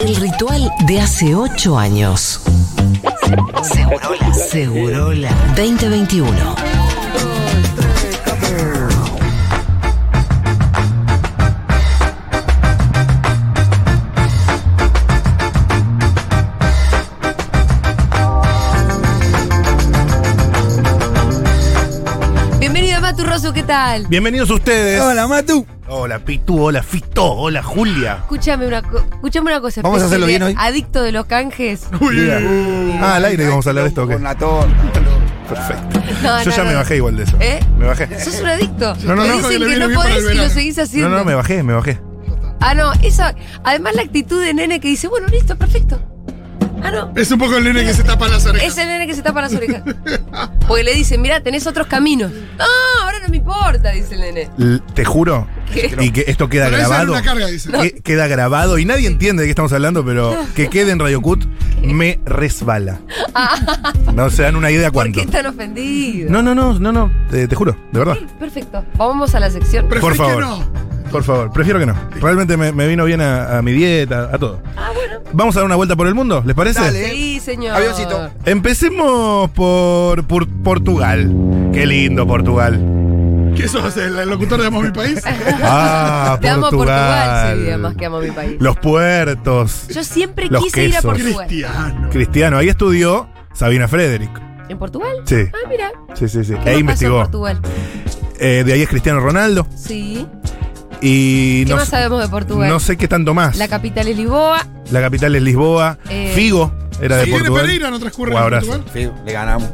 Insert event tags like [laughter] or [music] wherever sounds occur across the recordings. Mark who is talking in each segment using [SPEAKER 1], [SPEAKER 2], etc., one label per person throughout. [SPEAKER 1] El ritual de hace ocho años. Segurola. Segurola. 2021.
[SPEAKER 2] Bienvenido a Maturroso, ¿qué tal?
[SPEAKER 3] Bienvenidos ustedes.
[SPEAKER 4] Hola, Matu.
[SPEAKER 3] Hola, Pitu, hola Fito, hola Julia.
[SPEAKER 2] Escúchame una, co- escúchame una cosa.
[SPEAKER 4] Vamos a hacerlo bien
[SPEAKER 2] especie de
[SPEAKER 4] hoy.
[SPEAKER 2] Adicto de los canjes.
[SPEAKER 3] Ah, al aire que vamos a hablar de esto, ¿o qué?
[SPEAKER 4] Con la torta.
[SPEAKER 3] Perfecto.
[SPEAKER 2] [laughs] No,
[SPEAKER 3] Yo
[SPEAKER 2] no,
[SPEAKER 3] ya
[SPEAKER 2] no.
[SPEAKER 3] me bajé igual de eso.
[SPEAKER 2] ¿Eh?
[SPEAKER 3] Me bajé.
[SPEAKER 2] Sos un adicto.
[SPEAKER 3] No, no,
[SPEAKER 2] Te
[SPEAKER 3] no, que
[SPEAKER 2] dicen
[SPEAKER 3] le
[SPEAKER 2] que
[SPEAKER 3] viene
[SPEAKER 2] no
[SPEAKER 3] bien para el
[SPEAKER 2] podés y lo
[SPEAKER 3] verano.
[SPEAKER 2] seguís
[SPEAKER 3] No,
[SPEAKER 2] haciendo.
[SPEAKER 3] no, me bajé, me bajé.
[SPEAKER 2] Ah, no, esa. Además, la actitud de nene que dice, bueno, listo, perfecto. Ah, no.
[SPEAKER 5] Es un poco el nene que se tapa las orejas.
[SPEAKER 2] Es el nene que se tapa las
[SPEAKER 3] [laughs]
[SPEAKER 2] orejas. Porque le dicen, mira, tenés otros caminos. No, ahora no me importa, dice el nene.
[SPEAKER 3] L- Te juro.
[SPEAKER 2] ¿Qué?
[SPEAKER 3] Y que esto queda
[SPEAKER 5] Pero esa era
[SPEAKER 3] grabado.
[SPEAKER 5] una carga, dice.
[SPEAKER 3] Que- Queda grabado y nadie entiende de qué estamos hablando, pero que quede en Radio Cut me resbala. No se dan una idea
[SPEAKER 2] Ah. ¿Por
[SPEAKER 3] cuánto.
[SPEAKER 2] qué están ofendidos?
[SPEAKER 3] No, no, no, no, no. Te, te juro, de verdad.
[SPEAKER 2] Perfecto. Vamos a la sección.
[SPEAKER 5] Preferís
[SPEAKER 3] Por favor.
[SPEAKER 5] que no.
[SPEAKER 3] Por favor, prefiero que no. Realmente me, me vino bien a, a mi dieta, a todo.
[SPEAKER 2] Ah,
[SPEAKER 3] Vamos a dar una vuelta por el mundo, ¿les parece?
[SPEAKER 4] Dale.
[SPEAKER 2] Sí, señor. [laughs]
[SPEAKER 4] Avioncito.
[SPEAKER 3] Empecemos por, por Portugal. Qué lindo Portugal.
[SPEAKER 5] ¿Qué sos? ¿El el locutor de Amo Mi País?
[SPEAKER 3] Ah,
[SPEAKER 2] [laughs] Te amo a Portugal,
[SPEAKER 3] Portugal.
[SPEAKER 2] sería más que amo a mi país.
[SPEAKER 3] Los puertos.
[SPEAKER 2] Yo siempre
[SPEAKER 3] Los
[SPEAKER 2] quise ir a
[SPEAKER 3] quesos.
[SPEAKER 2] Portugal.
[SPEAKER 5] Cristiano.
[SPEAKER 3] Cristiano, ahí estudió Sabina Frederick.
[SPEAKER 2] ¿En Portugal?
[SPEAKER 3] Sí,
[SPEAKER 2] Ah, mira.
[SPEAKER 3] sí, sí, sí.
[SPEAKER 2] ¿Qué más
[SPEAKER 3] Ahí
[SPEAKER 2] pasó
[SPEAKER 3] investigó.
[SPEAKER 2] en Portugal?
[SPEAKER 3] Eh, de ahí es Cristiano Ronaldo.
[SPEAKER 2] Sí.
[SPEAKER 3] Y
[SPEAKER 2] ¿Qué
[SPEAKER 3] no,
[SPEAKER 2] más
[SPEAKER 3] sé-
[SPEAKER 2] sabemos de Portugal?
[SPEAKER 3] no sé qué tanto más.
[SPEAKER 2] La capital es Lisboa.
[SPEAKER 3] La capital es Lisboa.
[SPEAKER 2] Eh,
[SPEAKER 3] Figo era de
[SPEAKER 5] Si viene
[SPEAKER 3] Portugal.
[SPEAKER 5] Pereira, no transcurre en
[SPEAKER 3] Guabrazo.
[SPEAKER 5] Portugal.
[SPEAKER 4] Sí, le ganamos.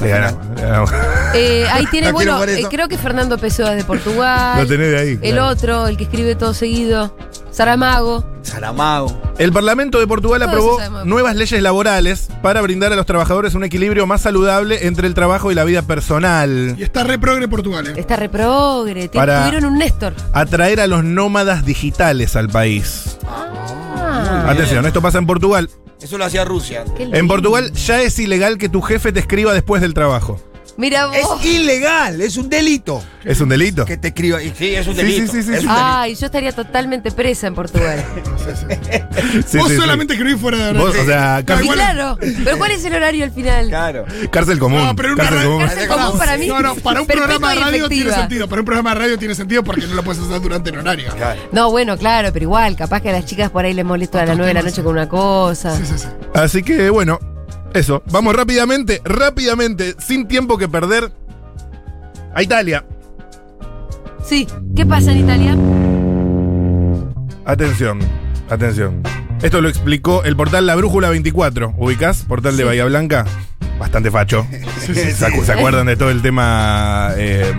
[SPEAKER 3] Le ganamos, le ganamos.
[SPEAKER 2] Eh,
[SPEAKER 3] [laughs]
[SPEAKER 2] ahí tiene,
[SPEAKER 4] No quiero
[SPEAKER 2] bueno,
[SPEAKER 4] jugar
[SPEAKER 2] eh,
[SPEAKER 4] eso.
[SPEAKER 2] creo que Fernando Pessoa es de Portugal.
[SPEAKER 3] Lo tenés de ahí.
[SPEAKER 2] El
[SPEAKER 3] claro.
[SPEAKER 2] otro, el que escribe todo seguido. Saramago.
[SPEAKER 4] Saramago.
[SPEAKER 3] El Parlamento de Portugal
[SPEAKER 2] Todo eso
[SPEAKER 3] aprobó
[SPEAKER 2] sabemos.
[SPEAKER 3] nuevas leyes laborales para brindar a los trabajadores un equilibrio más saludable entre el trabajo y la vida
[SPEAKER 5] Y
[SPEAKER 3] personal.
[SPEAKER 5] está re progre Portugal. eh.
[SPEAKER 2] Está reprogre. Te-
[SPEAKER 3] Para-
[SPEAKER 2] Tuvieron un Néstor.
[SPEAKER 3] Atraer a los nómadas digitales al país.
[SPEAKER 2] Ah,
[SPEAKER 3] Atención, esto pasa en Portugal.
[SPEAKER 4] Eso lo hacía Rusia.
[SPEAKER 2] qué lindo.
[SPEAKER 3] En Portugal ya es ilegal que tu jefe te escriba después del trabajo.
[SPEAKER 2] Mira vos.
[SPEAKER 4] Es
[SPEAKER 3] Oh.
[SPEAKER 4] ilegal, es un delito.
[SPEAKER 3] Es un delito.
[SPEAKER 4] Que te escriba. y Sí, es un
[SPEAKER 3] Sí,
[SPEAKER 4] delito.
[SPEAKER 3] sí, sí, sí,
[SPEAKER 4] es
[SPEAKER 3] sí.
[SPEAKER 4] un delito.
[SPEAKER 2] Ay, yo estaría totalmente presa en
[SPEAKER 3] [laughs]
[SPEAKER 2] Portugal.
[SPEAKER 3] Sí,
[SPEAKER 5] Vos
[SPEAKER 3] sí, sí.
[SPEAKER 5] solamente escribís fuera de verdad.
[SPEAKER 3] Vos, o sea,
[SPEAKER 2] Y
[SPEAKER 3] cárcel,
[SPEAKER 5] igual-
[SPEAKER 2] claro. Pero ¿cuál es el horario al final?
[SPEAKER 4] Claro.
[SPEAKER 3] cárcel común.
[SPEAKER 5] No, pero en una
[SPEAKER 3] cárcel
[SPEAKER 5] radio-
[SPEAKER 3] común.
[SPEAKER 2] Cárcel común para mí.
[SPEAKER 5] No, no, para un
[SPEAKER 2] Perpetua
[SPEAKER 5] programa de
[SPEAKER 2] y
[SPEAKER 5] radio tiene
[SPEAKER 2] efectiva.
[SPEAKER 5] sentido. Para un programa de radio tiene sentido porque no lo puedes hacer durante el horario.
[SPEAKER 4] claro.
[SPEAKER 2] No, bueno, claro, pero igual, capaz que a las chicas por ahí les molesto a las 9 de la noche con una cosa.
[SPEAKER 5] Sí, sí, sí.
[SPEAKER 3] Así que bueno, eso. Vamos rápidamente, rápidamente, sin tiempo que perder. A Italia.
[SPEAKER 2] Sí, ¿qué pasa en Italia?
[SPEAKER 3] Atención, atención. Esto lo explicó el portal La Brújula 24. ¿Ubicás? Portal de Bahía Blanca. Bastante facho. ¿Se, acu- se acuerdan de todo el tema? eh,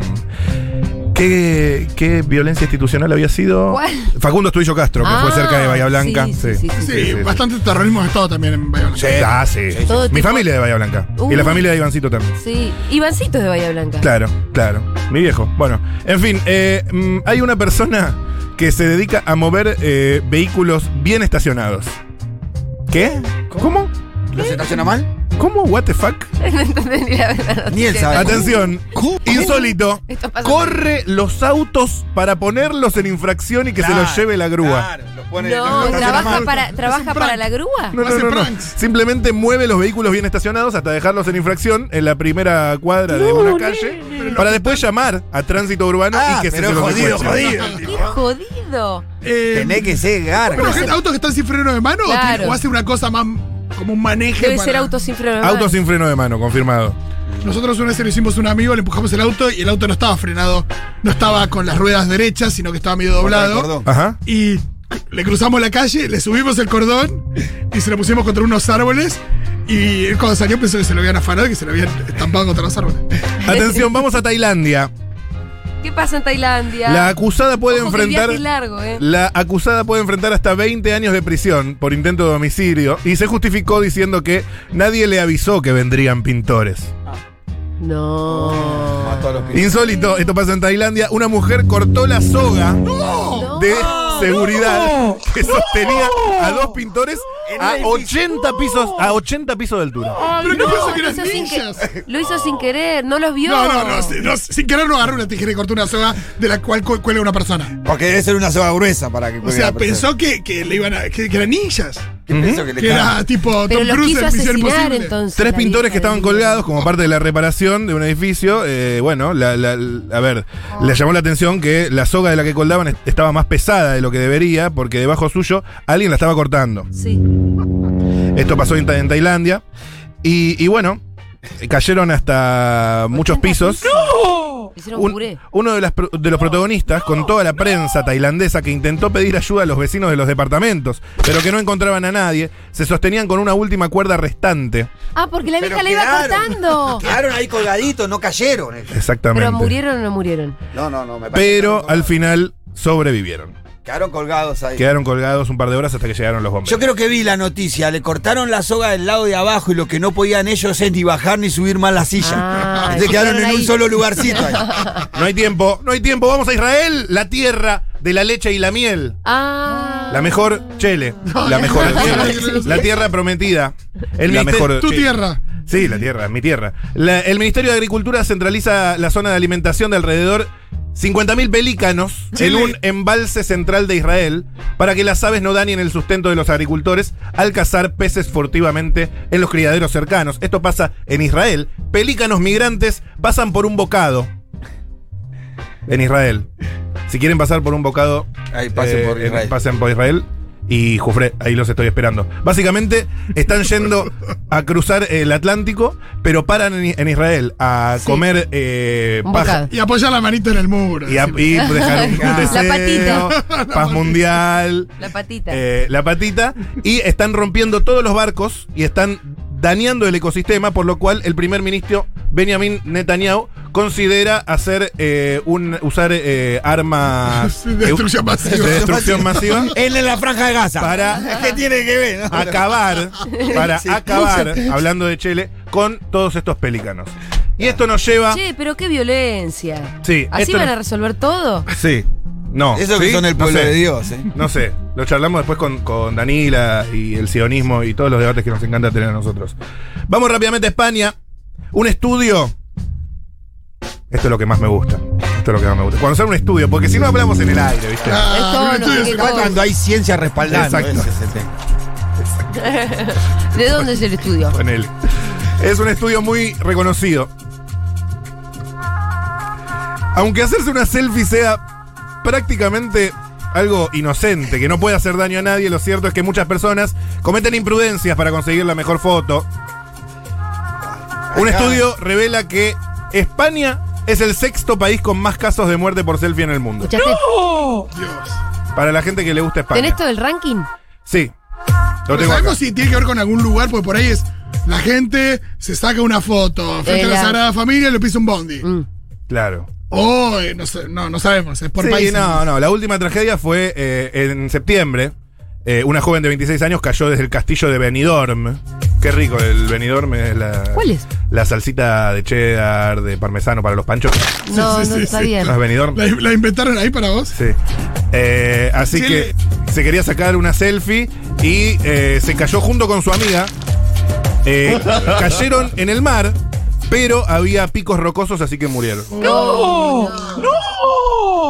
[SPEAKER 3] ¿qué, qué violencia institucional había sido?
[SPEAKER 2] ¿Cuál?
[SPEAKER 3] Facundo Estudillo Castro, que fue
[SPEAKER 2] Ah,
[SPEAKER 3] cerca de Bahía Blanca.
[SPEAKER 2] sí, sí, sí, sí,
[SPEAKER 5] Sí, bastante terrorismo de Estado también en Bayona.
[SPEAKER 3] Sí. Ah, sí.
[SPEAKER 2] Todo
[SPEAKER 3] Mi
[SPEAKER 2] tipo-
[SPEAKER 3] familia es de Bahía Blanca.
[SPEAKER 2] Uh.
[SPEAKER 3] Y la familia de Ivancito también.
[SPEAKER 2] Sí, Ivancitos de Bahía Blanca.
[SPEAKER 3] Claro, claro. Mi viejo. Bueno, en fin, eh, mm, hay una persona que se dedica a mover eh, vehículos bien estacionados. ¿Qué? ¿Cómo?
[SPEAKER 4] ¿Lo se
[SPEAKER 2] [laughs]
[SPEAKER 4] estaciona mal?
[SPEAKER 3] ¿Cómo? ¿What the fuck?
[SPEAKER 2] No entendí ni la verdad.
[SPEAKER 4] Ni él sabe.
[SPEAKER 3] Atención, insólito.
[SPEAKER 2] Esto pasa-
[SPEAKER 3] Corre los autos para ponerlos en infracción y que se los
[SPEAKER 4] Claro,
[SPEAKER 3] lleve la grúa.
[SPEAKER 4] Claro, los pone
[SPEAKER 2] No,
[SPEAKER 4] los estaciona
[SPEAKER 2] ¿trabaja
[SPEAKER 4] mal.
[SPEAKER 2] para, trabaja
[SPEAKER 5] prank.
[SPEAKER 2] para la grúa?
[SPEAKER 3] No, no,
[SPEAKER 5] Hace
[SPEAKER 3] no, no.
[SPEAKER 5] pranks.
[SPEAKER 3] Simplemente mueve los vehículos bien estacionados hasta dejarlos en infracción en la primera cuadra de una calle para después llamar a tránsito urbano
[SPEAKER 4] Ah,
[SPEAKER 3] y que se,
[SPEAKER 4] pero
[SPEAKER 3] se los
[SPEAKER 4] jodido,
[SPEAKER 3] recuerden.
[SPEAKER 4] jodido.
[SPEAKER 2] ¡Qué jodido!
[SPEAKER 5] Eh,
[SPEAKER 4] Tenés que ser
[SPEAKER 5] Pero
[SPEAKER 4] garga.
[SPEAKER 5] gente, autos que están sin freno de mano o
[SPEAKER 2] Claro.
[SPEAKER 5] tiene- o hace una cosa más como un maneje.
[SPEAKER 2] Debe
[SPEAKER 5] para-
[SPEAKER 2] ser auto sin freno. de mano.
[SPEAKER 3] Auto sin freno de mano, confirmado.
[SPEAKER 5] Nosotros una vez se lo hicimos a un amigo, le empujamos el auto y el auto no estaba frenado, no estaba con las ruedas derechas, sino que estaba medio doblado.
[SPEAKER 4] Cordón.
[SPEAKER 2] [laughs]
[SPEAKER 3] Ajá.
[SPEAKER 5] Y le cruzamos la calle, le subimos el cordón y se lo pusimos contra unos árboles. Y él cuando salió pensó que se lo habían afanado y que se lo habían estampado contra los árboles.
[SPEAKER 3] Atención, vamos a Tailandia.
[SPEAKER 2] ¿Qué pasa en Tailandia?
[SPEAKER 3] La acusada puede
[SPEAKER 2] Ojo que el
[SPEAKER 3] enfrentar.
[SPEAKER 2] viaje es largo, ¿eh?
[SPEAKER 3] La acusada puede enfrentar hasta 20 años de prisión por intento de homicidio y se justificó diciendo que nadie le avisó que vendrían pintores.
[SPEAKER 2] No.
[SPEAKER 3] Ah.
[SPEAKER 4] Mató a los pibes.
[SPEAKER 3] Insólito, esto pasa en Tailandia, una mujer cortó la soga de seguridad que sostenía a dos pintores
[SPEAKER 4] En
[SPEAKER 3] a
[SPEAKER 4] el piso.
[SPEAKER 3] 80 pisos a 80 pisos de altura.
[SPEAKER 5] Pero ¿qué pasa que
[SPEAKER 2] Lo hizo,
[SPEAKER 5] eran
[SPEAKER 2] sin
[SPEAKER 5] ninjas?
[SPEAKER 2] que- lo hizo sin querer, no los vio.
[SPEAKER 5] No, no, no, si- no, sin querer no agarró una tijera y cortó una soga de la cual cu- cuelga una persona.
[SPEAKER 4] Porque debe ser una soga gruesa para que
[SPEAKER 5] O sea, pensó que, que le iban a. que, que eran ninjas.
[SPEAKER 4] ¿Qué pensó que le
[SPEAKER 5] Que era tipo
[SPEAKER 2] Pero
[SPEAKER 5] Tom
[SPEAKER 2] los
[SPEAKER 5] Cruise
[SPEAKER 2] quiso
[SPEAKER 5] en Misión
[SPEAKER 2] asesinar
[SPEAKER 5] Imposible.
[SPEAKER 2] entonces.
[SPEAKER 3] Tres
[SPEAKER 2] la
[SPEAKER 3] pintores
[SPEAKER 2] vieja
[SPEAKER 3] que estaban
[SPEAKER 2] del-
[SPEAKER 3] colgados como parte de la reparación de un edificio. eh, bueno, la- la- la- a ver, le llamó la atención que la soga de la que colgaban est- estaba más pesada de lo que debería, porque debajo suyo alguien la estaba cortando.
[SPEAKER 2] Sí.
[SPEAKER 3] Esto pasó en, Ta- en Tailandia. Y, y bueno, eh, cayeron hasta muchos pisos.
[SPEAKER 2] Hicieron
[SPEAKER 3] Un-
[SPEAKER 2] puré.
[SPEAKER 3] uno de, las pro- de los protagonistas con toda la prensa tailandesa que intentó pedir ayuda a los vecinos de los departamentos, pero que no encontraban a nadie, se sostenían con una última cuerda restante.
[SPEAKER 2] Ah, porque la
[SPEAKER 4] Pero
[SPEAKER 2] vieja la iba
[SPEAKER 4] quedaron.
[SPEAKER 2] [laughs] cortando.
[SPEAKER 4] Quedaron ahí colgaditos, no cayeron.
[SPEAKER 3] Exactamente.
[SPEAKER 2] Pero murieron o no murieron.
[SPEAKER 4] No, no, no, me parece que
[SPEAKER 3] Pero
[SPEAKER 4] quedaron
[SPEAKER 3] al final sobrevivieron.
[SPEAKER 4] colgados. Quedaron colgados ahí.
[SPEAKER 3] Quedaron colgados un par de horas hasta que llegaron los
[SPEAKER 4] Yo
[SPEAKER 3] bomberos.
[SPEAKER 4] creo que vi la noticia, le cortaron la soga del lado de abajo y lo que no podían ellos es ni bajar ni subir más la silla.
[SPEAKER 2] Ah,
[SPEAKER 4] Entonces quedaron en
[SPEAKER 2] quedaron ahí.
[SPEAKER 4] un solo lugarcito.
[SPEAKER 2] [laughs]
[SPEAKER 4] ahí.
[SPEAKER 3] No hay tiempo, no hay tiempo. Vamos a Israel, la tierra de la leche y la miel.
[SPEAKER 2] Ah.
[SPEAKER 3] La mejor chele. La mejor chele. La tierra prometida. El
[SPEAKER 6] La
[SPEAKER 3] ministe-
[SPEAKER 6] mejor
[SPEAKER 5] Tu
[SPEAKER 6] Sí.
[SPEAKER 5] tierra.
[SPEAKER 3] Sí, la tierra, mi tierra. La- el Ministerio de Agricultura centraliza la zona de alimentación de alrededor 50.000 pelícanos en
[SPEAKER 5] Chile.
[SPEAKER 3] un embalse central de Israel para que las aves no dañen el sustento de los agricultores al cazar peces furtivamente en los criaderos cercanos. Esto pasa en Israel. Pelícanos migrantes pasan por un bocado en Israel. Si quieren pasar por un bocado,
[SPEAKER 4] Ahí pasen
[SPEAKER 3] eh,
[SPEAKER 4] por
[SPEAKER 3] en-
[SPEAKER 4] Israel.
[SPEAKER 3] pasen por Israel. Y Jufre, ahí los estoy esperando. Básicamente están yendo a cruzar el Atlántico, pero paran en, en Israel a
[SPEAKER 2] Sí.
[SPEAKER 3] comer eh,
[SPEAKER 2] Un
[SPEAKER 3] paja.
[SPEAKER 2] bocado.
[SPEAKER 5] Y apoyar la manito en el muro.
[SPEAKER 3] Y, a-
[SPEAKER 5] decime.
[SPEAKER 3] y dejar
[SPEAKER 2] [laughs]
[SPEAKER 3] un
[SPEAKER 4] La
[SPEAKER 3] deseo, paz mundial,
[SPEAKER 2] La patita.
[SPEAKER 3] eh, la patita. Y están rompiendo todos los barcos y están dañando el ecosistema, por lo cual el primer ministro Benjamin Netanyahu considera hacer eh, un usar eh, armas
[SPEAKER 5] [laughs] Sí, destrucción masiva.
[SPEAKER 3] de destrucción masiva
[SPEAKER 2] Eh,
[SPEAKER 4] Él en la franja de Gaza.
[SPEAKER 3] Para-
[SPEAKER 4] [laughs] ¿Qué tiene que ver? no?
[SPEAKER 3] acabar, para acabar, hablando de Chile, con todos estos pelícanos. Y esto nos
[SPEAKER 5] ah.
[SPEAKER 3] lleva.
[SPEAKER 2] Che, pero qué violencia.
[SPEAKER 3] Sí,
[SPEAKER 2] ¿Así
[SPEAKER 3] esto
[SPEAKER 2] van
[SPEAKER 3] no-
[SPEAKER 2] a resolver todo?
[SPEAKER 3] Sí. No.
[SPEAKER 4] Eso que
[SPEAKER 3] ¿sí?
[SPEAKER 4] son el
[SPEAKER 3] No
[SPEAKER 4] pueblo
[SPEAKER 3] sé.
[SPEAKER 4] de Dios. ¿eh?
[SPEAKER 3] No sé. Lo charlamos después con, con Danila y el sionismo y todos los debates que nos encanta tener a nosotros. Vamos rápidamente a España. Un estudio. Esto es lo que más me gusta. Esto es lo que más me gusta. Cuando sale un estudio, porque si no hablamos en el aire, ¿viste?
[SPEAKER 5] Ah,
[SPEAKER 2] Esto no sé
[SPEAKER 5] estudio
[SPEAKER 2] qué
[SPEAKER 5] secreto.
[SPEAKER 2] cosa.
[SPEAKER 4] Cuando hay ciencia respaldando.
[SPEAKER 3] Exacto.
[SPEAKER 4] ese es el tema.
[SPEAKER 2] ¿De dónde es el estudio?
[SPEAKER 3] con él. Es un estudio muy reconocido. Aunque hacerse una selfie sea prácticamente algo inocente, que no puede hacer daño a nadie, lo cierto es que muchas personas cometen imprudencias para conseguir la mejor foto. Un estudio revela que España es el sexto país con más casos de muerte por selfie en el mundo.
[SPEAKER 2] ¿Escuchaste?
[SPEAKER 5] Dios.
[SPEAKER 3] Para la gente que le gusta España.
[SPEAKER 2] ¿Tenés todo el ranking?
[SPEAKER 3] Sí. Lo
[SPEAKER 5] Pero
[SPEAKER 3] tengo acá.
[SPEAKER 5] sabemos si Pues tiene que ver con algún lugar, porque por ahí es la gente se saca una foto frente
[SPEAKER 2] Eh,
[SPEAKER 5] a la
[SPEAKER 2] la-
[SPEAKER 5] Sagrada Familia y le pisa un bondi.
[SPEAKER 2] Mm.
[SPEAKER 3] Claro.
[SPEAKER 5] O eh, no, sé, no, no sabemos, es por
[SPEAKER 3] Sí,
[SPEAKER 5] país.
[SPEAKER 3] no, no. La última tragedia fue eh, en septiembre. Eh, una joven de 26 años cayó desde el castillo de Benidorm. Qué rico el Benidorm. Es la,
[SPEAKER 2] ¿Cuál es?
[SPEAKER 3] La salsita de cheddar, de parmesano para los panchos.
[SPEAKER 2] No,
[SPEAKER 5] sí,
[SPEAKER 2] no
[SPEAKER 5] sí,
[SPEAKER 2] está
[SPEAKER 5] sí.
[SPEAKER 2] bien.
[SPEAKER 3] ¿No es Benidorm?
[SPEAKER 5] ¿La, la inventaron ahí para vos?
[SPEAKER 3] Sí. Eh, así
[SPEAKER 5] Chile.
[SPEAKER 3] que se quería sacar una selfie y eh, se cayó junto con su amiga. Eh, cayeron en el mar, pero había picos rocosos, así que murieron.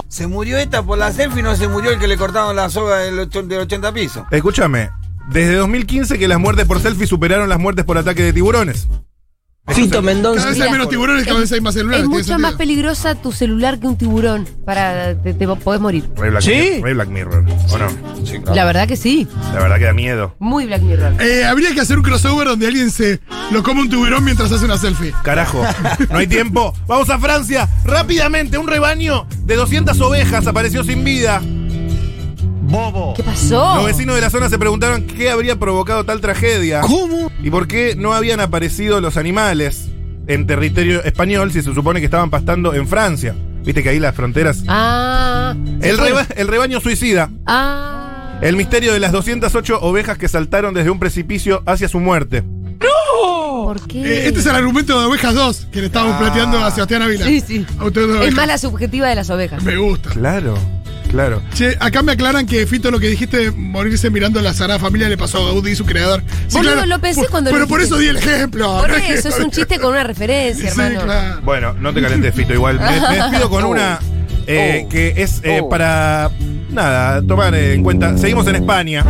[SPEAKER 4] ¿Se murió esta por la selfie no se murió el que le cortaron la soga del, ocho- del 80 piso?
[SPEAKER 3] Escúchame, desde 2015 que las muertes por selfie superaron las muertes por ataque de tiburones.
[SPEAKER 7] Fito
[SPEAKER 5] Cada
[SPEAKER 7] Mendoza.
[SPEAKER 5] vez hay
[SPEAKER 2] Mira,
[SPEAKER 5] menos tiburones, cada vez hay más celulares.
[SPEAKER 2] Es
[SPEAKER 5] tiene
[SPEAKER 2] mucho más
[SPEAKER 5] sentido.
[SPEAKER 2] peligrosa tu celular que un tiburón. Para te, te podés morir.
[SPEAKER 3] Re Black
[SPEAKER 7] ¿Sí?
[SPEAKER 3] Mirror, re Black Mirror, ¿o no?
[SPEAKER 2] La verdad que sí.
[SPEAKER 3] La verdad que da miedo.
[SPEAKER 2] Muy Black Mirror.
[SPEAKER 5] Eh, habría que hacer un crossover donde alguien se lo come un tiburón mientras hace una selfie.
[SPEAKER 3] Carajo, no hay tiempo. Vamos a Francia. Rápidamente, un rebaño de 200 ovejas apareció sin vida.
[SPEAKER 5] Oh.
[SPEAKER 2] ¿Qué pasó?
[SPEAKER 3] Los vecinos de la zona se preguntaron qué habría provocado tal tragedia.
[SPEAKER 4] ¿Cómo?
[SPEAKER 3] ¿Y por qué no habían aparecido los animales en territorio español si se supone que estaban pastando en Francia? Viste que ahí las fronteras...
[SPEAKER 2] Ah.
[SPEAKER 3] El,
[SPEAKER 2] Bueno,
[SPEAKER 3] reba- el rebaño suicida.
[SPEAKER 2] Ah.
[SPEAKER 3] El misterio de las 208 ovejas que saltaron desde un precipicio hacia su muerte.
[SPEAKER 2] ¿Por qué?
[SPEAKER 5] Eh, este es el argumento de Ovejas 2 que le
[SPEAKER 3] Ah.
[SPEAKER 5] estábamos planteando a Sebastián Ávila.
[SPEAKER 2] Sí, sí.
[SPEAKER 5] Autor de
[SPEAKER 2] Es
[SPEAKER 5] Ovejas.
[SPEAKER 2] más la subjetiva de las ovejas.
[SPEAKER 5] Me gusta.
[SPEAKER 3] Claro, claro.
[SPEAKER 5] Che, acá me aclaran que Fito lo que dijiste de morirse mirando la Sagrada Familia le pasó a Udi, su creador. Sí,
[SPEAKER 2] Boludo, lo pensé
[SPEAKER 5] Por-
[SPEAKER 2] cuando lo
[SPEAKER 5] Pero por
[SPEAKER 2] dijiste.
[SPEAKER 5] eso di el ejemplo. [laughs]
[SPEAKER 2] Por
[SPEAKER 5] No es que-
[SPEAKER 2] eso es un chiste con una referencia,
[SPEAKER 5] Sí,
[SPEAKER 2] hermano.
[SPEAKER 5] claro.
[SPEAKER 3] Bueno, no te calentes, Fito, igual. Me, me despido con [laughs]
[SPEAKER 7] Oh.
[SPEAKER 3] una eh,
[SPEAKER 7] Oh.
[SPEAKER 3] que es eh,
[SPEAKER 7] Oh.
[SPEAKER 3] para, nada, tomar en cuenta. Seguimos en España.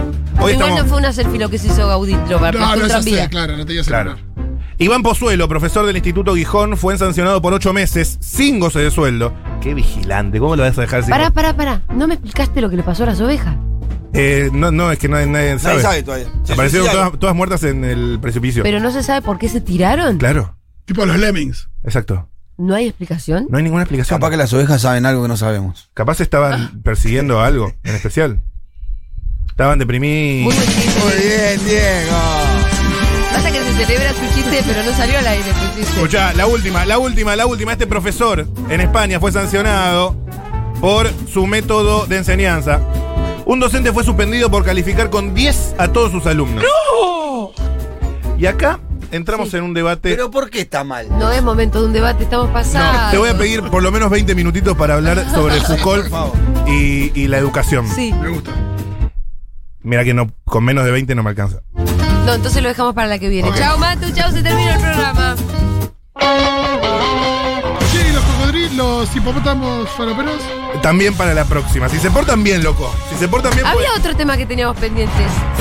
[SPEAKER 2] Igual
[SPEAKER 3] Hoy estamos-
[SPEAKER 2] no fue una selfie lo que se hizo Gaudí, lo
[SPEAKER 5] No,
[SPEAKER 2] aplastó
[SPEAKER 5] no,
[SPEAKER 2] un
[SPEAKER 5] ya
[SPEAKER 2] tranvía.
[SPEAKER 5] sé, claro, no tenía celular.
[SPEAKER 3] Claro. Iván Pozuelo, profesor del Instituto Gijón, fue sancionado por ocho meses sin goce de sueldo. Qué vigilante, ¿cómo lo vas a dejar sin
[SPEAKER 2] Pará, pará, pará. ¿No me explicaste lo que le pasó a las ovejas?
[SPEAKER 3] Eh, no, no, es que nadie, nadie sabe.
[SPEAKER 4] Nadie sabe todavía. Se
[SPEAKER 3] Aparecieron
[SPEAKER 4] suicidaron.
[SPEAKER 3] todas, todas muertas en el precipicio.
[SPEAKER 2] Pero no se sabe por qué se tiraron.
[SPEAKER 3] Claro,
[SPEAKER 5] Tipo los lemmings.
[SPEAKER 3] exacto.
[SPEAKER 2] No hay explicación.
[SPEAKER 3] No hay ninguna explicación.
[SPEAKER 4] Capaz que las ovejas saben algo que no sabemos.
[SPEAKER 3] Capaz
[SPEAKER 4] Ah.
[SPEAKER 3] estaban persiguiendo
[SPEAKER 4] [laughs]
[SPEAKER 3] algo en especial. Estaban deprimidos.
[SPEAKER 2] Muy buen chiste.
[SPEAKER 4] bien, Diego.
[SPEAKER 2] Pasa que se celebra su chiste, pero no salió al aire su chiste.
[SPEAKER 3] Escuchá, la última, la última, la última. Este profesor en España fue sancionado por su método de enseñanza. Un docente fue suspendido por calificar con 10 a todos sus alumnos. Y acá entramos en un debate.
[SPEAKER 4] ¿Pero por qué está mal?
[SPEAKER 2] No es momento de un debate, estamos pasando.
[SPEAKER 3] Te voy a pedir por lo menos 20 minutitos para
[SPEAKER 4] [laughs]
[SPEAKER 3] hablar sobre Foucault
[SPEAKER 4] favor.
[SPEAKER 3] y, y la educación.
[SPEAKER 2] Sí.
[SPEAKER 5] Me gusta.
[SPEAKER 3] Mira que no, con menos de 20 no me alcanza.
[SPEAKER 2] No, entonces lo dejamos para la que viene.
[SPEAKER 3] Ok.
[SPEAKER 2] Chao, Matu, chao, se terminó el programa.
[SPEAKER 5] Che, ¿y los cocodrilos, los hipopótamos faloperos?
[SPEAKER 3] También para la próxima. Si se portan bien, loco. Si se portan bien,
[SPEAKER 2] Había
[SPEAKER 3] pues-
[SPEAKER 2] otro tema que teníamos pendientes.